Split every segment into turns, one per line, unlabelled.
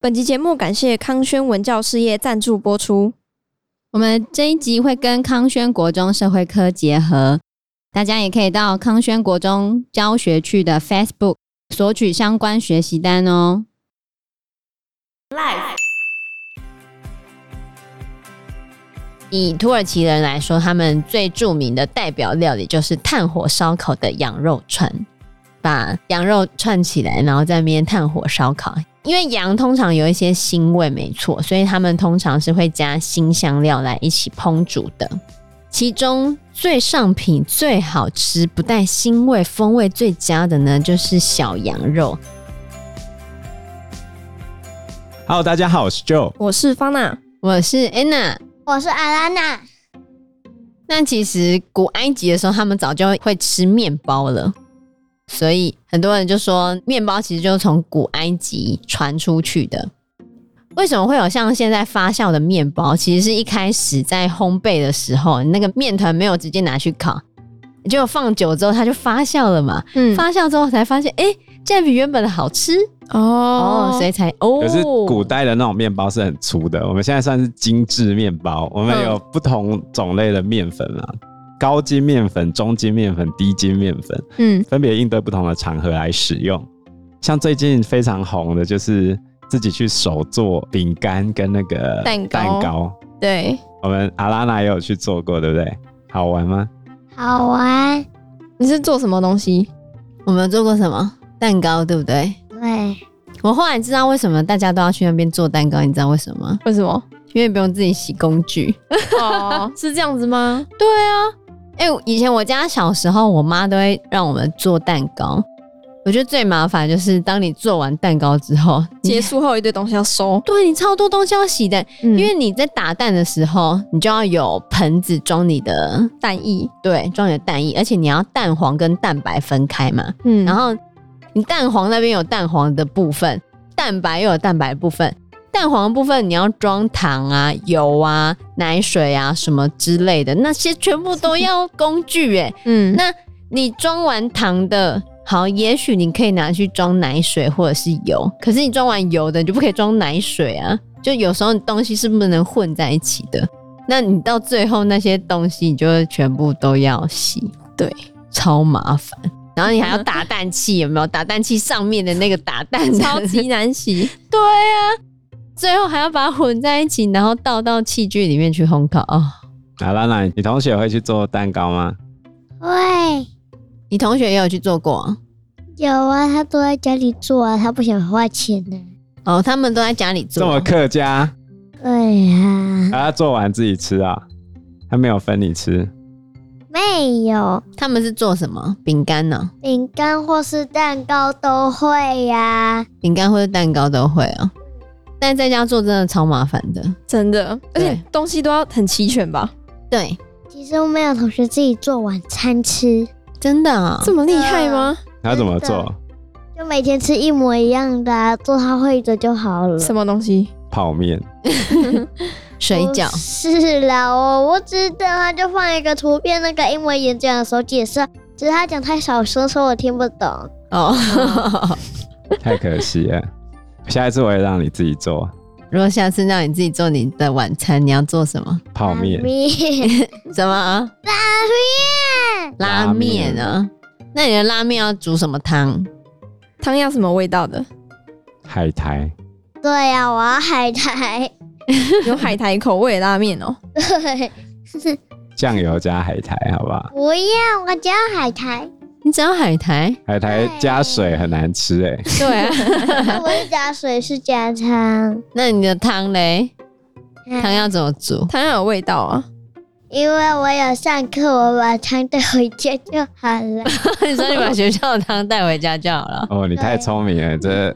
本集节目感谢康轩文教事业赞助播出。
我们这一集会跟康轩国中社会科结合，大家也可以到康轩国中教学区的 Facebook 索取相关学习单哦。
以土耳其人来说，他们最著名的代表料理就是炭火烧烤的羊肉串，把羊肉串起来，然后在那边炭火烧烤。因为羊通常有一些腥味，没错，所以他们通常是会加新香料来一起烹煮的。其中最上品、最好吃、不带腥味、风味最佳的呢，就是小羊肉。
Hello，大家好，我是 Joe。
我是方娜，
我是 Anna，
我是阿拉娜，
那其实古埃及的时候，他们早就会吃面包了，所以很多人就说面包其实就是从古埃及传出去的。为什么会有像现在发酵的面包？其实是一开始在烘焙的时候，那个面团没有直接拿去烤，结果放久之后它就发酵了嘛。
嗯，
发酵之后才发现，哎、这样比原本的好吃哦
哦，
所以才哦。
可是古代的那种面包是很粗的，我们现在算是精致面包。我们
嗯
有不同种类的面粉啊，高筋面粉、中筋面粉、低筋面粉，
嗯，
分别应对不同的场合来使用。像最近非常红的就是自己去手做饼干跟那个
蛋糕对，
我们阿拉娜也有去做过，对不对？好玩吗？
好玩。
你是做什么东西？
我们有做过什么蛋糕，对不对？
对，
我后来知道为什么大家都要去那边做蛋糕，你知道为什么吗？
为什么？
因为不用自己洗工具。
哦， 是这样子吗？
哎、以前我家小时候，我妈都会让我们做蛋糕。我觉得最麻烦就是当你做完蛋糕之后，你
结束后一堆东西要收，
对你超多东西要洗的，
因
因
为
为你在打蛋的时候，你就要有盆子装你的，
蛋液，
对，装你的蛋液，而且你要蛋黄跟蛋白分开嘛。
嗯
然后你蛋黄那边有蛋黄的部分，蛋白又有蛋白的部分。蛋黄的部分你要装糖啊、油啊、奶水啊什么之类的，那些全部都要工具诶、
嗯
那你装完糖的，好，也许你可以拿去装奶水或者是油，可是你装完油的，你就不可以装奶水啊。就有时候东西是不能混在一起的。那你到最后那些东西，你就会全部都要洗，
对，
超麻烦。然后你还要打蛋器，有没有？打蛋器上面的那个打蛋的
超级难洗，
对啊，最后还要把它混在一起，然后倒到器具里面去烘烤。哦，
阿拉娜，你同学会去做蛋糕吗？
会
你同学也有去做过啊、
有啊，他都在家里做啊，他不想花钱呢、
哦，他们都在家里做
啊
这么客家，
对呀、啊，
啊，做完自己吃啊，他没有分你吃。
没有
他们是做什么？饼干呢？
饼干或是蛋糕都会呀、
饼干或者蛋糕都会啊。但在家做真的超麻烦的。
真的，而
对
且东西都要很齐全吧？
对，
其实我们有同学自己做晚餐吃，
真的啊、
这么厉害吗？
他怎么
真的
做？
就每天吃一模一样的、啊，做他会的就好了。
什么东西？
泡面，
水饺
不是啦，我我知道，他就放一个图片，那个英文演讲的时候解释，只是他讲太小声，所以我听不懂。
哦。
太可惜 了。下一次我也让你自己做
如果下次让你自己做你的晚餐，你要做什么？
泡面
妈。咪
什么啊？
面
拉面啊？那你的拉面要煮什么汤？
汤要什么味道 的？
海苔，
对呀、我要海苔。
有海苔口味的拉面哦、
对，
酱油加海苔，好不好？
不要，我只要海 苔。
你只要海苔，
海苔加水很难吃哎、
对啊。
我是加水，是加 汤。
那你的汤嘞？汤要怎么煮？
汤要有味道啊。
因为我有上课，我把汤带回家就好 了。
你说你把学校的汤带回家就好了，
哦，你太聪明了，这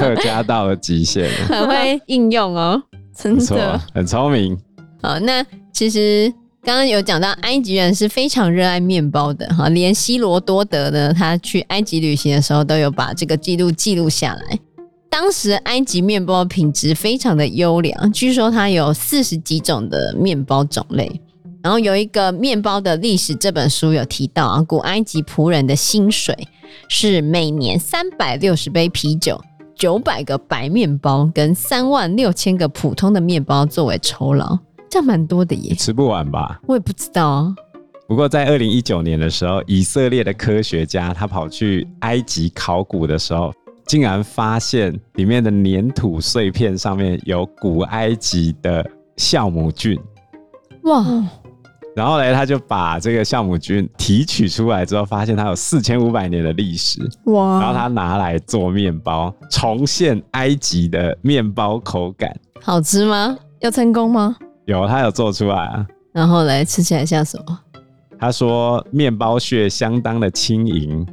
客家到了极限了，
很会应用哦。
真
不错啊
的，，
很聪明。
好，那其实刚刚有讲到埃及人是非常热爱面包的哈，连希罗多德呢，他去埃及旅行的时候都有把这个记录记录下来。当时埃及面包品质非常的优良，据说它有四十几种的面包种类。然后有一个面包的历史这本书有提到啊，古埃及仆人的薪水是每年三百六十杯啤酒，
九百个白面包跟三万六千个普通的面包作为酬劳，这样蛮多的耶
也。吃不完吧？
我也不知道啊，
不过在二零一九年的时候，以色列的科学家他跑去埃及考古的时候，竟然发现里面的粘土碎片上面有古埃及的酵母菌。
哇，
然后呢，他就把这个酵母菌提取出来之后，发现它有四千五百年的历史。
哇，
然后他拿来做面包，重现埃及的面包口感。
好吃吗？
有成功吗？
有，他有做出来啊。
然后来吃起来像什么？
他说面包屑相当的轻盈，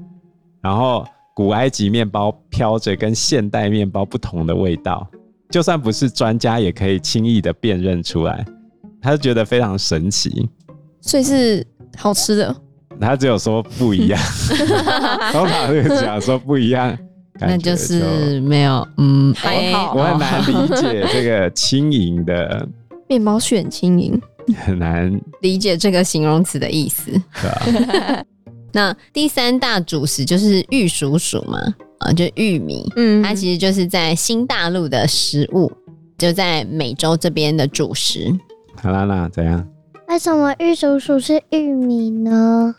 然后古埃及面包飘着跟现代面包不同的味道，就算不是专家也可以轻易的辨认出来。他就觉得非常神奇，
所以是好吃的，
他只有说不一样，我把这个讲说不一样，感
那
觉
就是没有，嗯，
还好
我很难理解这个轻盈的，
面包屑很轻盈，
很难
理解这个形容词的意思。
对吧、
那第三大主食就是玉蜀黍嘛，啊，就玉米，
嗯
它其实就是在新大陆的食物，就在美洲这边的主食。
好啦，那怎样？
为什么玉蜀黍是玉米呢？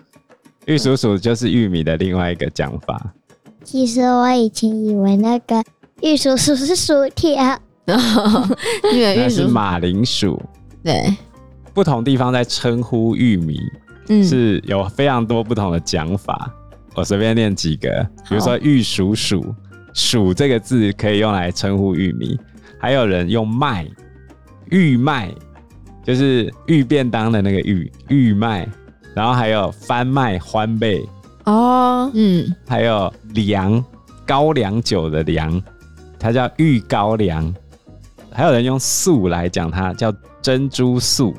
玉蜀黍就是玉米的另外一个讲法，
其实我以前以为那个玉蜀黍是薯条，
然后因为
那
玉
是
蜀
马铃薯。
对，
不同地方在称呼玉米
嗯
是有非常多不同的讲法。我随便念几个，比如说玉蜀黍，黍这个字可以用来称呼玉米，还有人用麦，玉麦就是玉便当的那个玉，玉麦，然后还有番麦、欢贝，
哦，
嗯，
还有粮，高粱酒的粱，它叫玉高粱。还有人用粟来讲它，叫珍珠粟；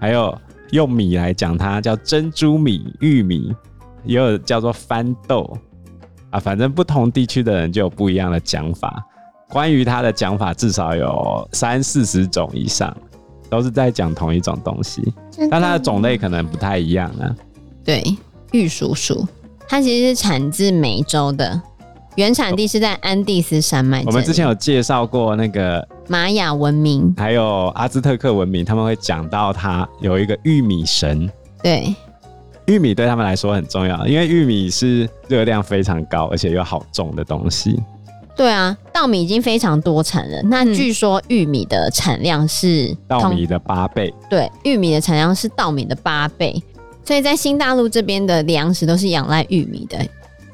还有用米来讲它，叫珍珠米、玉米，也有叫做番豆。啊，反正不同地区的人就有不一样的讲法。关于它的讲法，至少有三四十种以上，都是在讲同一种东西，
真
但它的
吗
种类可能不太一样啊。
对，玉蜀黍，它其实是产自美洲的，原产地是在安第斯山脉这里。
我们之前有介绍过那个
玛雅文明，
还有阿兹特克文明，他们会讲到它有一个玉米神，
对，
玉米对他们来说很重要，因为玉米是热量非常高，而且又好种的东西。
对啊，稻米已经非常多产了。那
嗯
据说玉米的产量是
稻
同
米的八倍，
对，玉米的产量是稻米的八倍，所以在新大陆这边的粮食都是仰赖玉米的。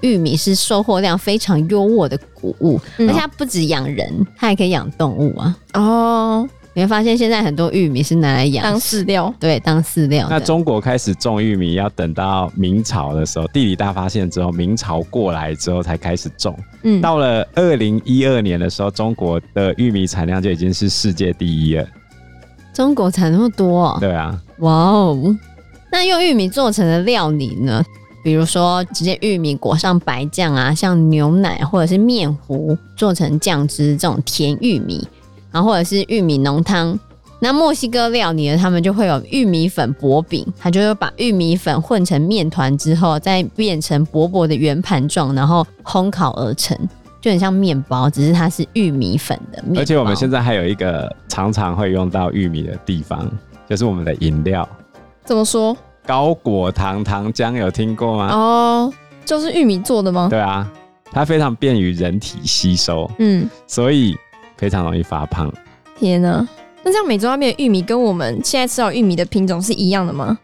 玉米是收获量非常优渥的谷物，
嗯
而且它不止养人，它还可以养动物啊。
哦，
你会发现现在很多玉米是拿来养
当，饲料，
对，当饲料
那
的。
中国开始种玉米要等到明朝的时候，地理大发现之后，明朝过来之后才开始种。
嗯，
到了二零一二年的时候，中国的玉米产量就已经是世界第一了。
中国产那么多、哦，
对啊，
哇哦！那用玉米做成的料理呢？比如说，直接玉米裹上白酱啊，像牛奶或者是面糊做成酱汁，这种甜玉米，然后或者是玉米浓汤。那墨西哥料理呢，他们就会有玉米粉薄饼，它就会把玉米粉混成面团之后，再变成薄薄的圆盘状，然后烘烤而成，就很像面包，只是它是玉米粉的面包。
而且我们现在还有一个常常会用到玉米的地方，就是我们的饮料。
怎么说？
高果糖糖浆有听过吗？
哦，就是玉米做的吗？
对啊，它非常便于人体吸收，
嗯，
所以非常容易发胖。
天哪！那这样美洲那边的玉米跟我们现在吃到的玉米的品种是一样的吗？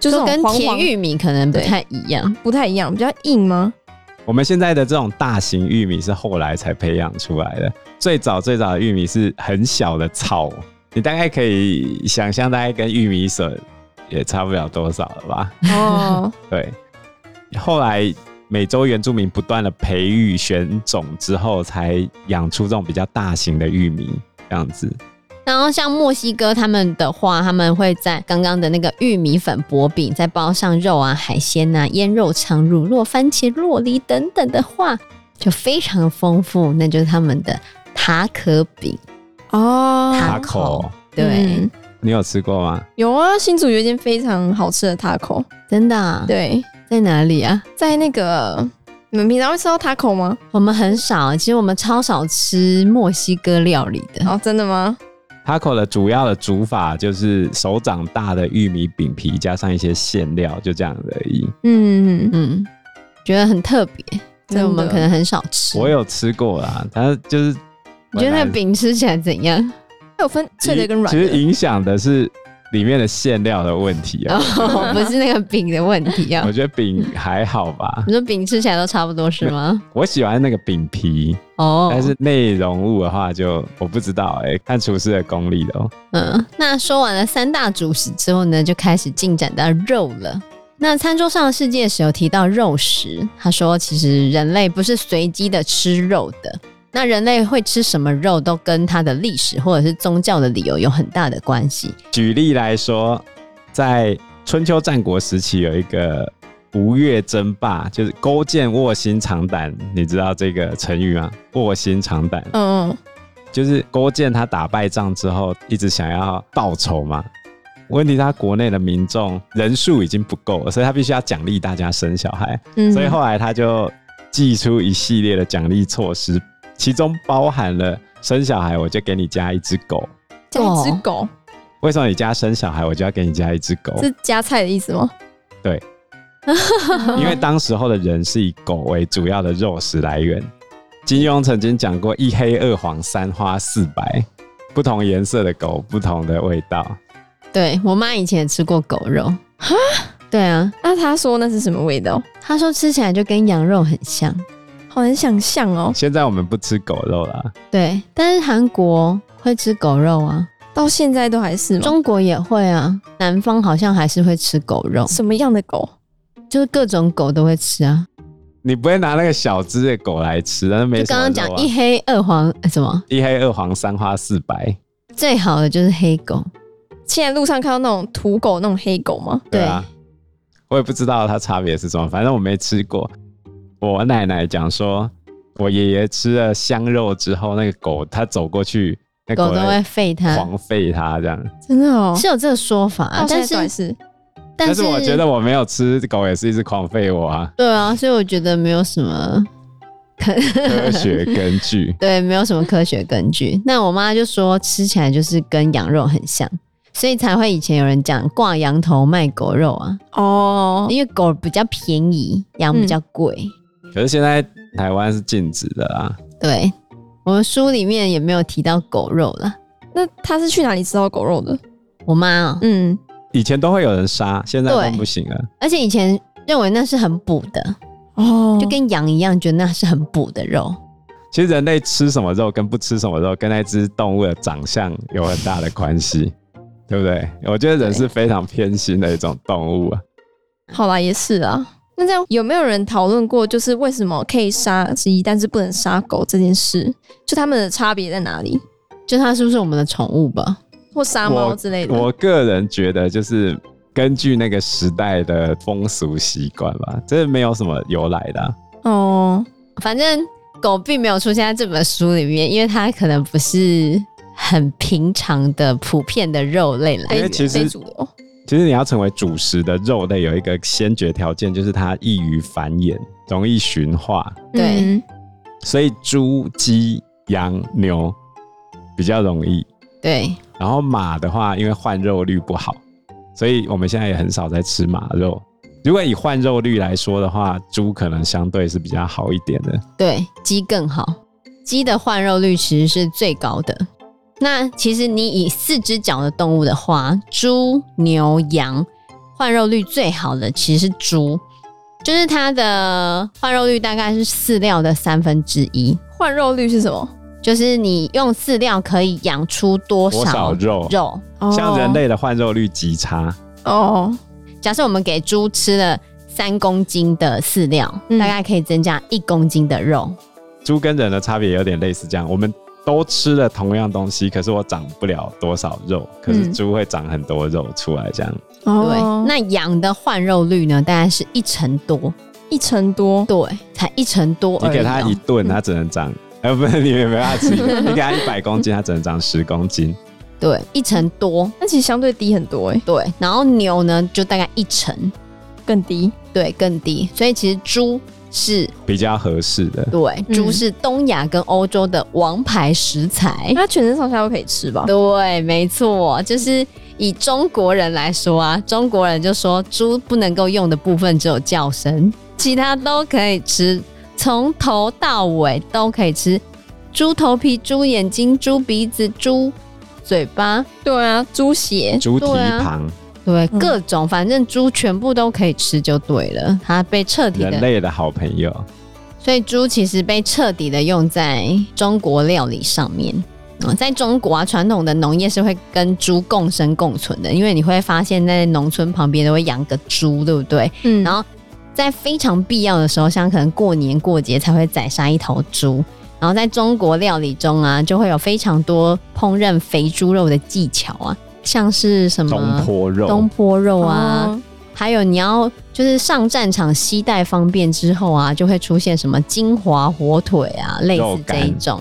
就
就是是 跟甜
甜
玉米可能不
对
太一样。
不太一样，比较硬 吗？
我们现在的这种大型玉米是后来才培养出来的，最早最早的玉米是很小的草，你大概可以想象，大概跟玉米笋也差不了多少了吧？
哦，
对，后来美洲原住民不断的培育选种之后，才养出这种比较大型的玉米，这样子。
然后像墨西哥他们的话，他们会在刚刚的那个玉米粉薄饼，再包上肉啊、海鲜啊、腌肉肠、乳酪、番茄、洛梨等等的话，就非常丰富。那就是他们的塔可饼。
哦，
塔
塔
口
口，
对，
嗯
你有吃过吗？
有啊，新竹有一间非常好吃的 taco，
真的、啊？
对，
在哪里啊？
在那个你们平常会吃到 taco 吗？
我们很少，其实我们超少吃墨西哥料理的。
哦，真的吗？
taco 的主要的煮法就是手掌大的玉米饼皮加上一些馅料，就这样子而已。
嗯，
嗯，觉得很特别，所以我们可能很少吃。
我有吃过啦，它就是
你觉得那
本来
饼吃起来怎样？
它有分脆的跟软
其实
的。
影响的是里面的馅料的问题啊。
哦，不是那个饼的问题啊
我。觉得饼还好吧，
你说饼吃起来都差不多是吗？
我喜欢那个饼皮，
哦，
但是内容物的话就我不知道哎、看厨师的功力咯。
嗯，那说完了三大主食之后呢，就开始进展到肉了。那餐桌上的世界史有提到肉食，他说其实人类不是随机的吃肉的。那人类会吃什么肉，都跟他的历史或者是宗教的理由有很大的关系。
举例来说，在春秋战国时期有一个吴越争霸，就是勾践卧薪尝胆，你知道这个成语吗？卧薪尝胆
嗯嗯，
就是勾践他打败仗之后，一直想要报仇嘛。问题他国内的民众人数已经不够了，所以他必须要奖励大家生小孩。
嗯
所以后来他就祭出一系列的奖励措施，其中包含了生小孩我就给你加一只狗。
加一只狗
哦为什么你家生小孩，我就要给你加一只狗？
是加菜的意思吗？
对， 因为当时候的人是以狗为主要的肉食来源。金庸曾经讲过“一黑二黄三花四白”，不同颜色的狗，不同的味道。
对我妈以前也吃过狗肉，对啊，
那他说那是什么味道？
她说吃起来就跟羊肉很像。
好难想象哦，
现在我们不吃狗肉了，
对，但是韩国会吃狗肉啊，
到现在都还
哦
是吗？
中国也会啊，南方好像还是会吃狗肉，
什么样的狗？
就是各种狗都会吃啊。
你不会拿那个小只的狗来吃，但是没
就
什
刚
么肉啊、
刚讲一黑二黄、呃什么，
一黑二黄三花四白，
最好的就是黑狗。
现在路上看到那种土狗、那种黑狗吗？
对啊，我也不知道它差别是什么，反正我没吃过。我奶奶讲说，我爷爷吃了香肉之后，那个狗它走过去，那
狗都会
在
吠它，
狂吠它这样。
真的哦，
是有这个说法、啊
到，现
但
在都还
是
是
但
但，
是我觉得我没有吃，狗也是一直狂吠我 啊
对啊，所以我觉得没有什么
科学根据。
对，没有什么科学根据。那我妈就说吃起来就是跟羊肉很像，所以才会以前有人讲挂羊头卖狗肉啊，
哦，
因为狗比较便宜，羊比较贵。
可是现在台湾是禁止的啊啦，
对，我们书里面也没有提到狗肉啦。
那他是去哪里吃到狗肉的？
我妈哦、
嗯，
以前都会有人杀，现在
对
都不行了。
而且以前认为那是很补的，
哦，
就跟羊一样，觉得那是很补的肉。
其实人类吃什么肉跟不吃什么肉，跟那只动物的长相有很大的关系，对不对？我觉得人是非常偏心的一种动物啊。
好啦，也是啊。那这样有没有人讨论过，就是为什么可以杀鸡，但是不能杀狗这件事？就他们的差别在哪里？
就它是不是我们的宠物吧？
或杀猫之类的？
我个人觉得就是根据那个时代的风俗习惯吧，这没有什么由来的啊、
哦，
反正狗并没有出现在这本书里面，因为它可能不是很平常的、普遍的肉类来
因为
源。
其
非
实
主流。
其实你要成为主食的肉类，有一个先决条件就是它易于繁衍，容易驯化，
对
嗯
所以猪、鸡、羊、牛比较容易。
对，
然后马的话，因为换肉率不好，所以我们现在也很少在吃马肉。如果以换肉率来说的话，猪可能相对是比较好一点的。
对，鸡更好，鸡的换肉率其实是最高的。那其实你以四只脚的动物的话，猪、牛、羊换肉率最好的其实是猪，就是它的换肉率大概是饲料的三分之一，
换肉率是什么？
就是你用饲料可以养出多
多
少
少肉？
肉。
哦
像人类的换肉率极差，
哦，
假设我们给猪吃了三公斤的饲料，
嗯
大概可以增加一公斤的肉。
猪跟人的差别有点类似，这样我们都吃了同样东西，可是我长不了多少肉，可是
嗯
猪会长很多肉出来，这样。
对，
哦，
那羊的换肉率呢，大概是一成多，
一成多
对，才一成多而已哦、
你给它一顿，它只能长，呃，不是你也没办法吃一 顿，你给它一百公斤，它只能长十公斤。
对一成多，
那其实相对低很多哎，
对，然后牛呢就大概一成，
更低。
对，更低。所以其实猪是
比较合适的。
对，啊
嗯
猪是东亚跟欧洲的王牌食材。
它全身上下都可以吃吧？
对，没错，就是以中国人来说啊，中国人就说猪不能够用的部分只有叫声，其他都可以吃，从头到尾都可以吃。猪头皮、猪眼睛、猪鼻子、猪嘴巴，
对啊，猪血
猪蹄
对啊
旁，
对，
嗯
各种，反正猪全部都可以吃就对了。它被彻底
人
的，
类的好朋友。
所以猪其实被彻底的用在中国料理上面。
嗯
啊，在中国啊，传统的农业是会跟猪共生共存的，因为你会发现在农村旁边都会养个猪，对不对？
嗯
然后在非常必要的时候，像可能过年过节才会宰杀一头猪。然后在中国料理中啊，就会有非常多烹饪肥猪肉的技巧啊，像是什么
东坡肉，
东坡肉啊，
哦
还有你要就是上战场携带方便之后啊，就会出现什么金华火腿啊，类似这一种，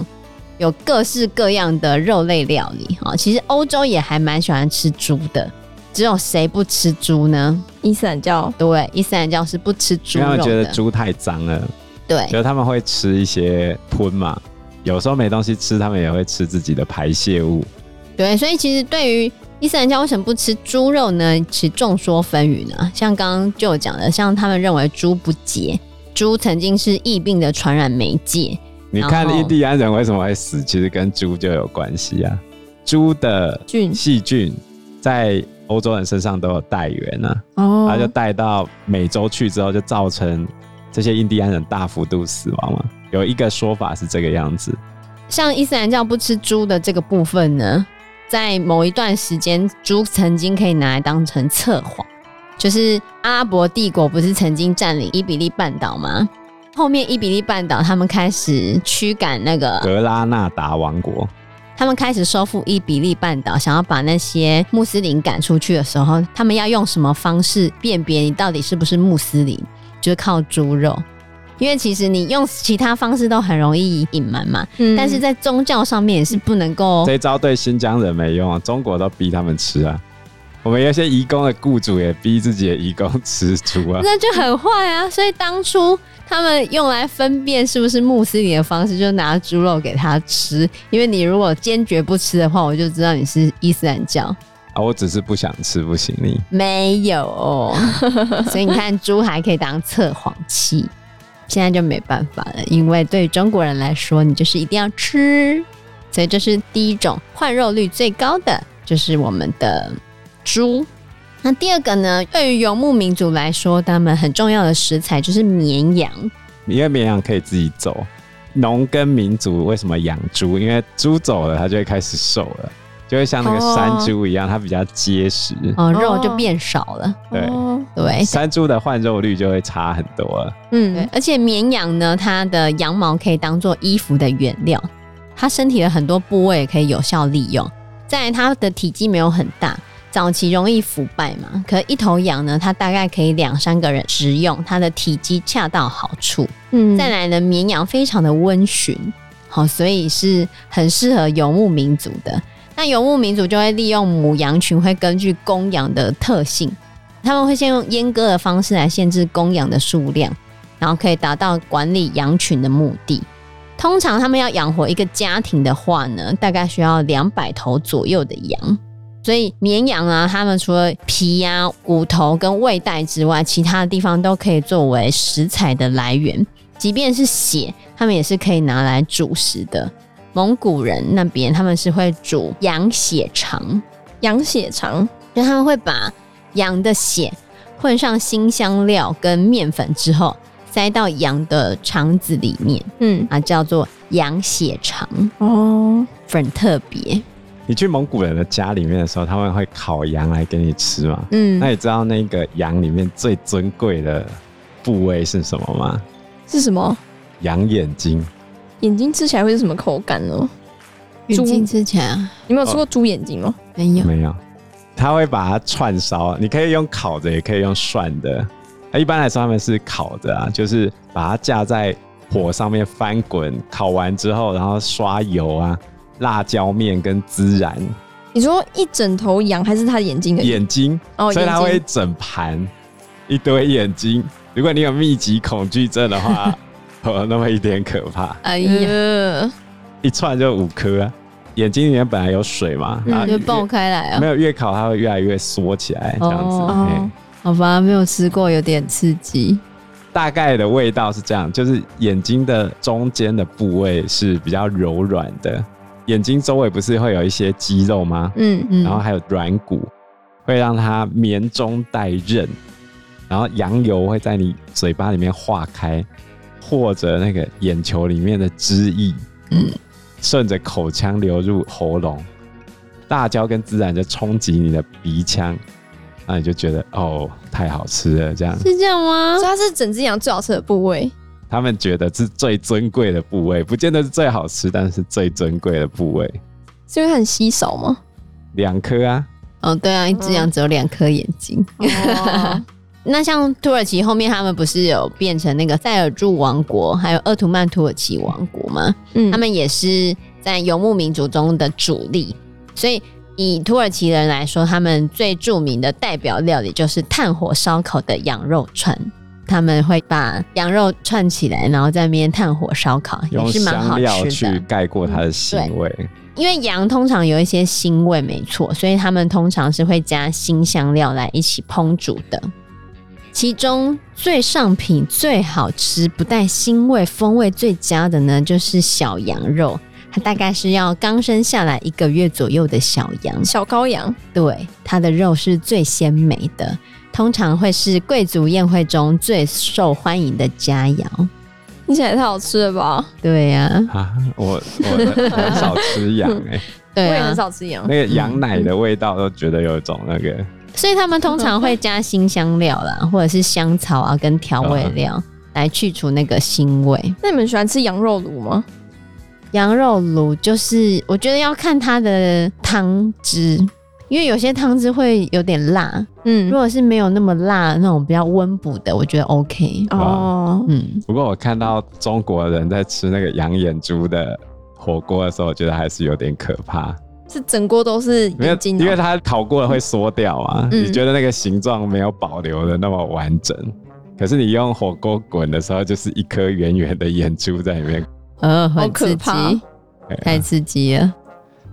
有各式各样的肉类料理啊、其实欧洲也还蛮喜欢吃猪的，只有谁不吃猪呢？
伊斯兰教
对，伊斯兰教是不吃猪
因为他
肉
们觉得
的。
猪太脏了，
对
就是他们会吃一些喷嘛，有时候没东西吃，他们也会吃自己的排泄物。
对，所以其实对于伊斯兰教为什么不吃猪肉呢？其实众说纷纭啊。像刚刚就有讲的，像他们认为猪不洁，猪曾经是疫病的传染媒介。
你看
然后
印第安人为什么会死，其实跟猪就有关系啊。猪的
菌
细菌在欧洲人身上都有带源啊，
哦
他就带到美洲去之后，就造成这些印第安人大幅度死亡嘛。有一个说法是这个样子，
像伊斯兰教不吃猪的这个部分呢，在某一段时间，猪曾经可以拿来当成测谎，就是阿拉伯帝国不是曾经占领伊比利半岛吗？后面伊比利半岛他们开始驱赶那个，
格拉纳达王国。
他们开始收复伊比利半岛，想要把那些穆斯林赶出去的时候，他们要用什么方式辨别你到底是不是穆斯林？就是靠猪肉，因为其实你用其他方式都很容易隐瞒嘛。
嗯
但是在宗教上面也是不能够
这一招对新疆人没用啊，中国都逼他们吃啊。我们有些移工的雇主也逼自己的移工吃猪啊。
那就很坏啊！所以当初他们用来分辨是不是穆斯林的方式，就拿猪肉给他吃，因为你如果坚决不吃的话，我就知道你是伊斯兰教。
啊，我只是不想吃，不行你。
没有、 所以你看猪还可以当测谎器，现在就没办法了，因为对于中国人来说，你就是一定要吃，所以这是第一种换肉率最高的，就是我们的猪。那第二个呢，对于游牧民族来说，他们很重要的食材就是绵羊。
因为绵羊可以自己走。农耕民族为什么养猪？因为猪走了，它就会开始瘦了，就会像那个山猪一样，它比较结实。
哦，肉就变少了，
对
哦
对
山猪的换肉率就会差很多了。
对
嗯，，
而且绵羊呢，它的羊毛可以当做衣服的原料，它身体的很多部位也可以有效利用。再来，它的体积没有很大，早期容易腐败嘛，可一头羊呢，它大概可以两三个人食用，它的体积恰到好处。
嗯
再来呢，绵羊非常的温驯，好，所以是很适合游牧民族的。那游牧民族就会利用母羊群，会根据公羊的特性，他们会先用阉割的方式来限制公羊的数量，然后可以达到管理羊群的目的。通常他们要养活一个家庭的话呢，大概需要两百头左右的羊。所以绵羊啊，它们除了皮呀、骨头跟胃带之外，其他的地方都可以作为食材的来源。即便是血，他们也是可以拿来煮食的。蒙古人那边他们是会煮羊血肠，
羊血肠
就他们会把羊的血混上新香料跟面粉之后，塞到羊的肠子里面
嗯
啊，叫做羊血肠，
哦
很特别。
你去蒙古人的家里面的时候，他们会烤羊来给你吃嘛？那
嗯
你知道那个羊里面最尊贵的部位是什么吗？
是什么？
羊眼睛。
眼睛吃起来会是什么口感呢？
眼
猪
睛之
啊
前
你们有吃过猪眼睛吗？
哦
没
嗯
有，
没有，他会把它串烧，你可以用烤的，也可以用涮的。那一般来说他们是烤的啊，就是把它架在火上面翻滚，烤完之后，然后刷油啊、辣椒面跟孜然、
你说一整头羊还是它的眼睛的？
眼睛，
哦，
所以它
眼
会一
睛
整盘一堆眼睛，如果你有密集恐惧症的话，有那么一点可怕，
哎呀，
一串就五颗啊。眼睛里面本来有水嘛，然后
嗯，
越
就爆开来啊
没！有越烤它会越来越缩起来这样子。
哦
嘿
哦，好吧，没有吃过，有点刺激。
大概的味道是这样，就是眼睛的中间的部位是比较柔软的，眼睛周围不是会有一些肌肉吗？
嗯，
嗯
然后还有软骨，会让它绵中带韧，然后羊油会在你嘴巴里面化开，或者那个眼球里面的汁液，
嗯
顺着口腔流入喉咙，辣椒跟孜然就冲击你的鼻腔，那你就觉得哦，太好吃了，这样
是这样吗
啊
所以？它是整只羊最好吃的部位。
他们觉得是最尊贵的部位，不见得是最好吃，但是最尊贵的部位，
是因为它很稀少吗？
两颗啊，
哦，对啊，一只羊只有两颗眼睛。 那像土耳其后面他们不是有变成那个塞尔柱王国，还有鄂图曼土耳其王国吗？
嗯
他们也是在游牧民族中的主力，所以以土耳其人来说，他们最著名的代表料理就是炭火烧烤的羊肉串。他们会把羊肉串起来，然后在那边炭火烧烤，也
用
是蛮
香
好
料
吃
去
的。嗯
盖过它的
对
腥味。
因为羊通常有一些腥味，没错，所以他们通常是会加新香料来一起烹煮的。其中最上品、最好吃、不带腥味、风味最佳的呢，就是小羊肉。它大概是要刚生下来一个月左右的小羊，
小羔羊，
对，它的肉是最鲜美的，通常会是贵族宴会中最受欢迎的佳肴。
听起来也太好吃了吧？
对呀、
啊，我我很很少吃羊哎、
对
我也很
啊，
少吃羊
那。个羊奶的味道都觉得有一种那个，
所以他们通常会加新香料啦，或者是香草啊跟调味料
嗯
来去除那个腥味。
那你们喜欢吃羊肉炉吗？
羊肉卤就是我觉得要看它的汤汁，因为有些汤汁会有点辣，如
嗯，
果是没有那么辣那种比较温补的，我觉得 OK。
哦，
嗯，
不过我看到中国人在吃那个羊眼珠的火锅的时候，我觉得还是有点可怕，
是整锅都是
因为
眼睛哦，
因为它烤过了会缩掉嘛，
嗯
你觉得那个形状没有保留的那么完整，可是你用火锅滚的时候，就是一颗圆圆的眼珠在里面。
呃，
嗯
好
很
可
刺
怕
激，
哎呀
太刺激了。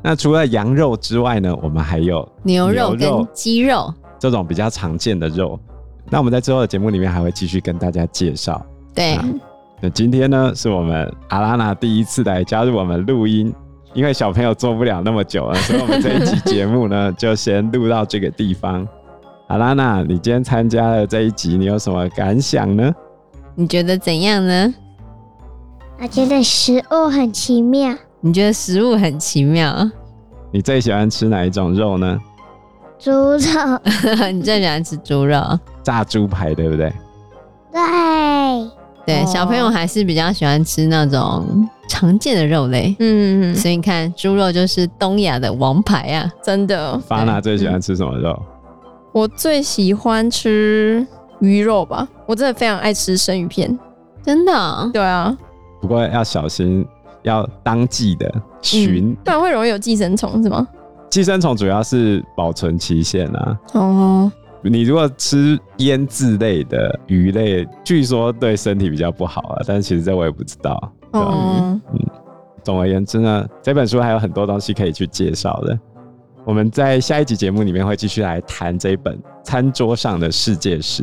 那除了羊肉之外呢，我们还有
牛
牛
肉
肉
跟鸡肉，
这种比较常见的肉。那我们在之后的节目里面还会继续跟大家介绍。
对，
嗯
啊那今天呢，是我们阿拉娜第一次来加入我们录音，因为小朋友做不了那么久了，所以我们这一期节目呢，就先录到这个地方。 阿拉娜，你今天参加了这一集，你有什么感想呢？
你觉得怎样呢？
我觉得啊食物很奇妙，
你觉得食物很奇妙，
你最喜欢吃哪一种肉呢？
猪 肉
你最喜欢吃猪肉？
炸猪排，对不对？
对。
对，
哦
小朋友还是比较喜欢吃那种常见的肉类，
嗯，
所以你看，猪肉就是东亚的王牌啊。
真的，
发娜最喜欢吃什么肉？
我最喜欢吃鱼肉吧，我真的非常爱吃生鱼片。
真的哦、
对啊，
不过要小心，要当季的寻。
不然会容易有寄生虫是吗？
寄生虫主要是保存期限啊。
哦，
你如果吃腌制类的鱼类，据说对身体比较不好啊，但其实这我也不知道。对啊吧
哦，
总而言之呢，这本书还有很多东西可以去介绍的。我们在下一集节目里面会继续来谈这一本《餐桌上的世界史》。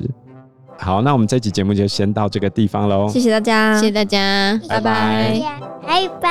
好，那我们这期节目就先到这个地方喽。
谢谢大家，
谢谢大家。
拜拜
拜拜。